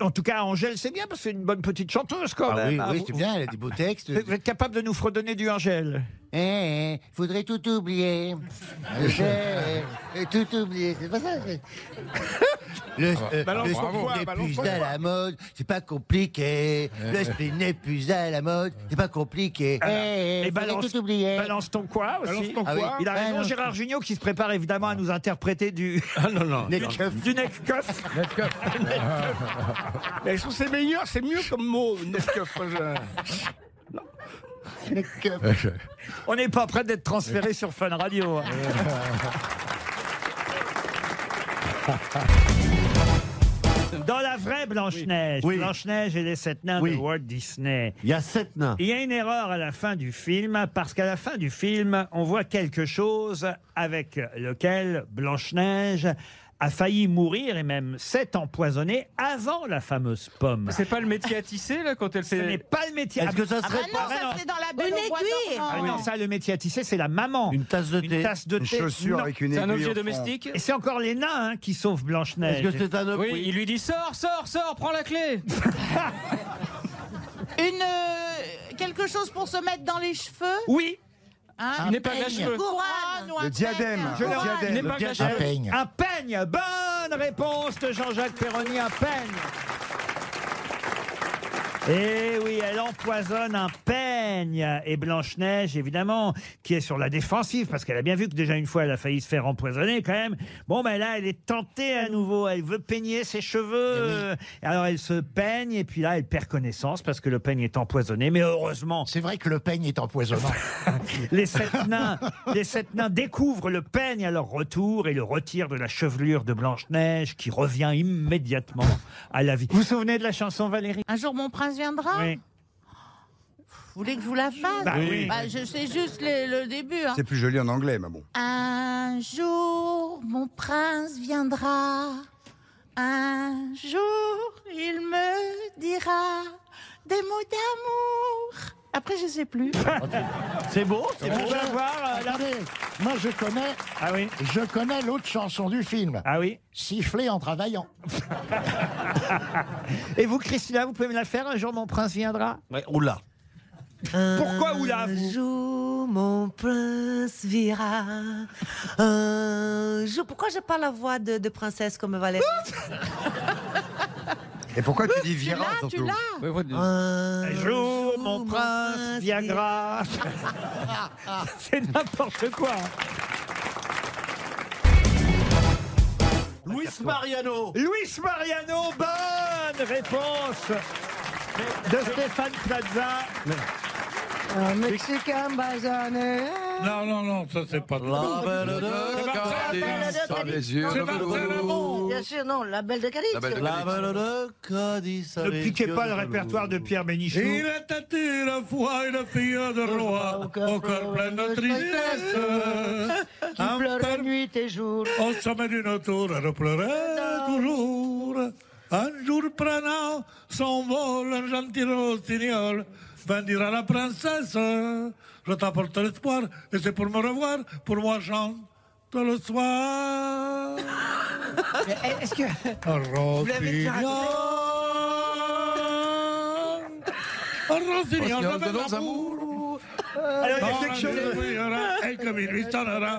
en tout cas, Angèle, c'est bien parce que c'est une bonne petite chanteuse quand Ah oui, même. Ah, oui, vous- c'est bien, elle a des beaux textes. vous, vous êtes capable de nous fredonner du Angèle Eh, eh, faudrait tout oublier. Euh, euh, tout oublier, c'est pas ça. c'est- Le, euh, balance le ton spleen poids, n'est balance plus ton à la mode, c'est pas compliqué. Le spleen n'est plus à la mode, c'est pas compliqué. Eh, eh, Et faudrait balance, tout oublier. balance ton quoi aussi Balance ton Ah oui. quoi. Il a raison, Balance- Gérard Jugnot qui se prépare évidemment à nous interpréter du, Ah, non, non. Les keufs. du neck-cuff. Mais je trouve que c'est meilleur, c'est mieux comme mot. neuf keufs, moi, je- les keufs. On n'est pas prêt d'être transféré sur Fun Radio. hein. Dans la vraie Blanche-Neige, Oui. Blanche-Neige et les sept nains Oui. de Walt Disney, Il y a sept nains. il y a une erreur à la fin du film, parce qu'à la fin du film, on voit quelque chose avec lequel Blanche-Neige a failli mourir et même s'est empoisonnée avant la fameuse pomme. C'est pas le métier à tisser là quand elle Ce n'est s'est. pas le métier. Est-ce que ça Ah serait bah non, Ah non. ça c'est dans la belle Une au bois aiguille. dormant. Ah oui, non, ça, le métier à tisser, c'est la maman. une tasse de Une thé tasse de Une thé. chaussure non. avec une C'est aiguille. un objet au fond. domestique Et c'est encore les nains hein, qui sauvent Est-ce que Blanche-Neige. c'est un homme Oui, il lui dit sors, sors, sors, prends la clé. Une euh, quelque chose pour se mettre dans les cheveux. Oui, Hein, Une épingle à peigne, cheveux. Une couronne ou un Le peigne. diadème. Je le l'aurais- diadème. N'est pas bien- caché. Un peigne. un peigne. Bonne réponse de Jean-Jacques Perroni, un peigne. Et oui, elle empoisonne un peigne. Et Blanche-Neige, évidemment, qui est sur la défensive, parce qu'elle a bien vu que déjà une fois, elle a failli se faire empoisonner quand même. Bon, ben là, elle est tentée à nouveau. Elle veut peigner ses cheveux. Alors, elle se peigne, et puis là, elle perd connaissance, parce que le peigne est empoisonné. Mais heureusement, C'est vrai que le peigne est empoisonnant. Les sept nains, les sept nains découvrent le peigne à leur retour et le retirent de la chevelure de Blanche-Neige qui revient immédiatement à la vie. Vous vous souvenez de la chanson Valérie Un jour mon prince viendra. Oui. Vous voulez que je vous la fasse Bah oui. Bah, je sais juste les- le début. hein. C'est plus joli en anglais, mais bon. Un jour, mon prince viendra. Un jour, il me dira des mots d'amour. Après, je sais plus. C'est beau On va voir euh, la- Attendez, moi je connais, Ah oui je connais l'autre chanson du film. Ah oui Siffler en travaillant. Et vous, Christina, vous pouvez me la faire Un jour, mon prince viendra Ouais, Oula. Pourquoi oula vous jour, mon prince vira. Un jour. Euh, Pourquoi j'ai pas la voix de, de princesse comme Valérie Et pourquoi tu dis Tu virin l'as, tu surtout l'as. Un Un jour, mon prince Viagra C'est n'importe quoi hein. Luis Mariano. Luis Mariano, bonne réponse de Stéphane Plaza. Un Mexicain basané. Non, non, non, ça c'est pas La belle de Cadiz. Sans les yeux, le velours. Bien sûr, non, la belle de Calice. La belle de La Cadiz. belle de Cadiz. Ne piquez pas le répertoire de Pierre Bénichou. Il était une fois une fille de roi, au cœur plein de tristesse. Qui Un pleure père- nuit et jour. Au sommet d'une tour, elle pleurait toujours. Un jour prenant son vol, un gentil rossignol vint dire à la princesse Je t'apporte l'espoir, et c'est pour me revoir, pour moi chante le soir. Est-ce que Un l'avez déjà rossignol Un rossignol Rossignol de de nos l'amour Alors, il y a Quand la quelque chose- nuit brillera, et que minuit sonnera,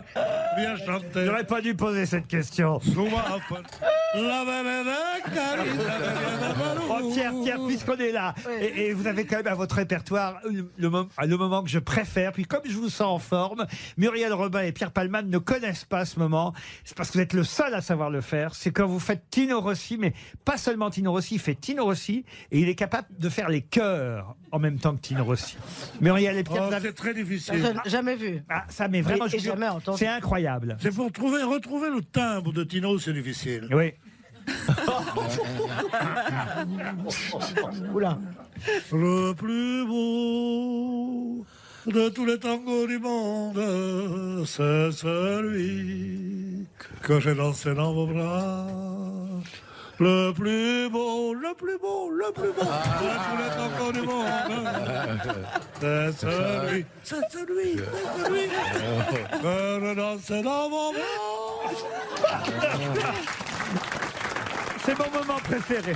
viens chanter J'aurais pas dû poser cette question. la belle de Carice, la belle de Oh, Valou. Pierre, Pierre, puisqu'on est là, et, et vous avez quand même à votre répertoire le, le mom- ah, le moment que je préfère, puis comme je vous sens en forme, Muriel Robin et Pierre Palman ne connaissent pas ce moment, c'est parce que vous êtes le seul à savoir le faire, c'est quand vous faites Tino Rossi, mais pas seulement Tino Rossi, il fait Tino Rossi, et il est capable de faire les chœurs en même temps que Tino Rossi. Muriel et Oh, Pierre, vous avez- c'est très difficile. Je- Jamais vu. Ah, ça mais vraiment, Et- je et vous jure, jamais entendu. c'est incroyable. C'est pour trouver, retrouver le timbre de Tino, c'est difficile. Oui. Oula. Le plus beau de tous les tangos du monde, c'est celui que j'ai dansé dans vos bras. Le plus beau, le plus beau, le plus beau de tous les tangos du monde, c'est celui, c'est celui, c'est celui que j'ai dansé dans vos bras. C'est mon moment préféré.